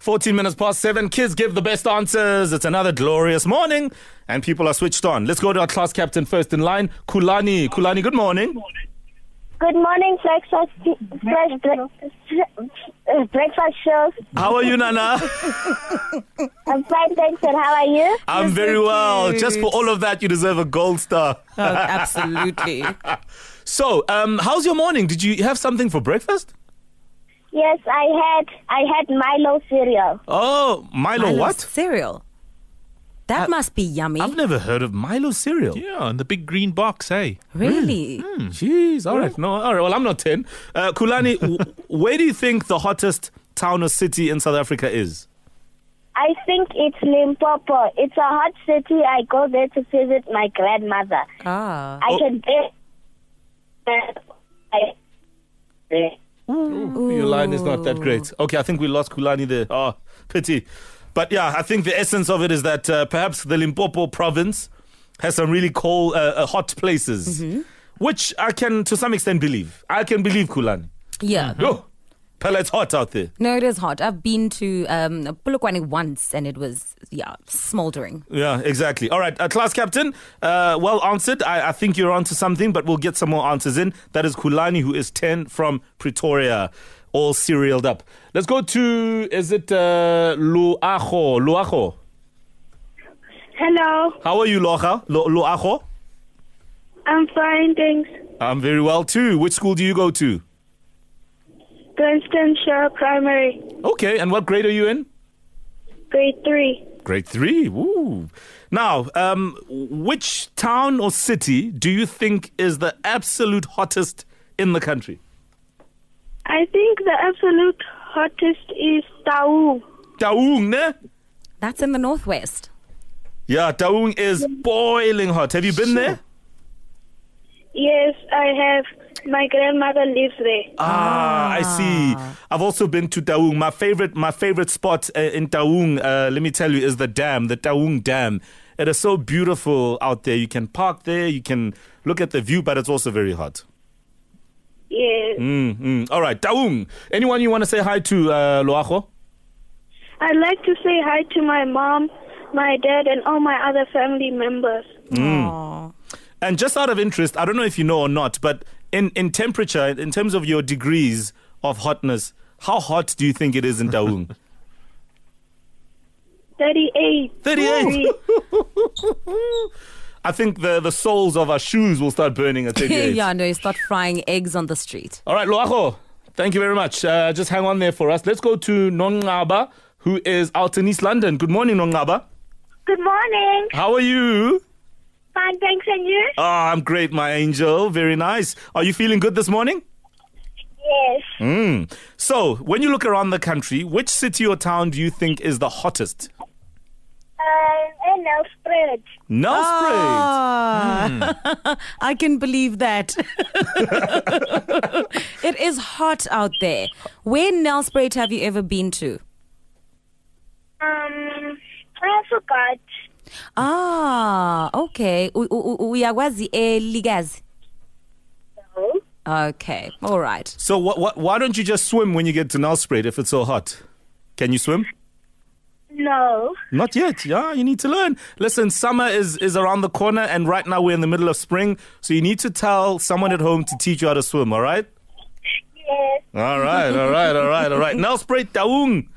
14 minutes past seven. Kids give the best answers. It's another glorious morning, and people are switched on. Let's go to our class captain first in line, Kulani. Kulani, good morning. Good morning, breakfast, fresh bre- breakfast shows. How are you, Nana? I'm fine, thanks, and how are you? I'm very so well. cute. Just for all of that, you deserve a gold star. Oh, absolutely. So, um, how's your morning? Did you have something for breakfast? Yes, I had I had Milo cereal. Oh, Milo, Milo what? um, mm. Cereal. That must be yummy. I've never heard of Milo cereal. Yeah, and the big green box, hey. really? Jeez, all right. No, all right. Well, I'm not 10. Uh, Kulani, w- where do you think the hottest town or city in South Africa is? I think it's Limpopo. It's a hot city. I go there to visit my grandmother. Ah. I can bear. I- Your line is not that great. Okay, I think we lost Kulani there. Oh, pity. But yeah, I think the essence of it is that uh, perhaps the Limpopo province has some really cold, uh, uh, hot places, which I can, to some extent, believe. I can believe Kulani. Yeah. Oh, Pella, it's hot out there. No, it is hot. I've been to um, Polokwane once and it was, yeah, smoldering. Yeah, exactly. All right, uh, class captain, uh, well answered. I, I think you're onto something, but we'll get some more answers in. That is Kulani, who is 10 from Pretoria, all serialed up. Let's go to, is it uh, Luajo? Luajo. Hello, How are you, Locha? Lu- Luajo? I'm fine, thanks. I'm very well too. Which school do you go to? Dunstan Shore Primary, Okay, and what grade are you in? grade three. Grade three. Woo. Now, um, which town or city do you think is the absolute hottest in the country? I think the absolute hottest is Tau. Taung, ne? That's in the northwest. Yeah, Taung is boiling hot. Have you been there? Yes, I have. My grandmother lives there. Ah, I see. I've also been to Taung. My favorite, my favorite spot uh, in Taung, uh, let me tell you, is the dam, the Taung Dam. It is so beautiful out there. You can park there, you can look at the view, but it's also very hot. Yes. Mm, mm. All right, Taung. Anyone you want to say hi to, uh, Loajo? I'd like to say hi to my mom, my dad, and all my other family members. Aw. And just out of interest, I don't know if you know or not, but in, in temperature, in terms of your degrees of hotness, how hot do you think it is in Taung? 38. 38. Three. I think the, the soles of our shoes will start burning at 38. yeah, no, you start frying eggs on the street. All right, Loajo, thank you very much. Uh, just hang on there for us. Let's go to Nongaba, who is out in East London. Good morning, Nongaba. Good morning. How are you? Fine, thanks, and you? Oh, I'm great, my angel. Very nice. Are you feeling good this morning? Yes. Mm. So, when you look around the country, which city or town do you think is the hottest? Um, and now spread. Nelspruit. Ah. I can believe that. it is hot out there. Where in Nelspruit have you ever been to? Um, I forgot. Ah, okay. U- u- u- Uyakwazi eligazi. No. Okay, all right. So, wh- wh- why don't you just swim when you get to Nelspruit if it's so hot? Can you swim? No. Not yet. Yeah, you need to learn. Listen, summer is, is around the corner, and right now we're in the middle of spring. So you need to tell someone at home to teach you how to swim, all right? Yes. All right, all right, all right, all right. Now spray Taung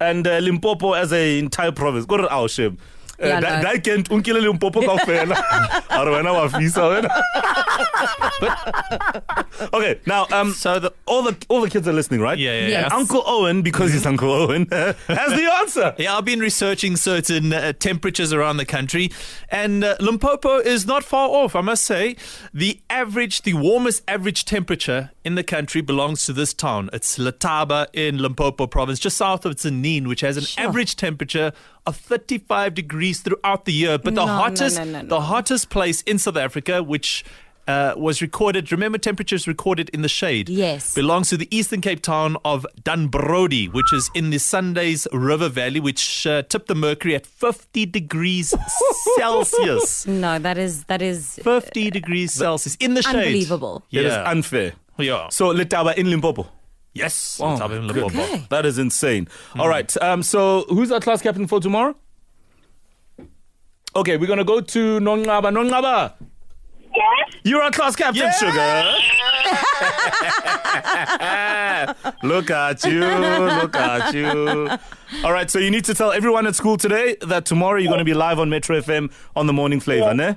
and uh, Limpopo as a entire province. Go to our Uh, shame. Yeah, that, no. that can't unkile Limpopo kaofela. Are wena wa fisa wena? Okay, now um, so the, all the all the kids are listening, right? Yeah, yeah, Yes. yeah. Uncle Owen, because he's Uncle Owen, has the answer. Yeah, I've been researching certain uh, temperatures around the country, and uh, Limpopo is not far off, I must say. The average, the warmest average temperature in the country belongs to this town. It's Letaba in Limpopo province, just south of Tsanine, which has an Sure. average temperature of 35 degrees throughout the year. But the No, no, hottest, no, no, no. the hottest place in South Africa, which uh, was recorded. Remember, temperatures recorded in the shade. Yes. Belongs to the eastern Cape town of Dunbrody, which is in the Sundays River Valley, which uh, tipped the mercury at 50 degrees Celsius. No, that is that is 50 degrees Celsius in the shade. Unbelievable. It is Yeah. unfair. yeah. So Letaba in Limpopo. Yes. Oh, let's have him good. Limpopo. Okay. That is insane. All right. Um, so who's our class captain for tomorrow? Okay, we're gonna go to Nongaba. Nongaba, Yes. you're our class captain, Yeah. sugar. look at you, look at you. All right, so you need to tell everyone at school today that tomorrow you're gonna be live on Metro FM on the morning flavor, ne?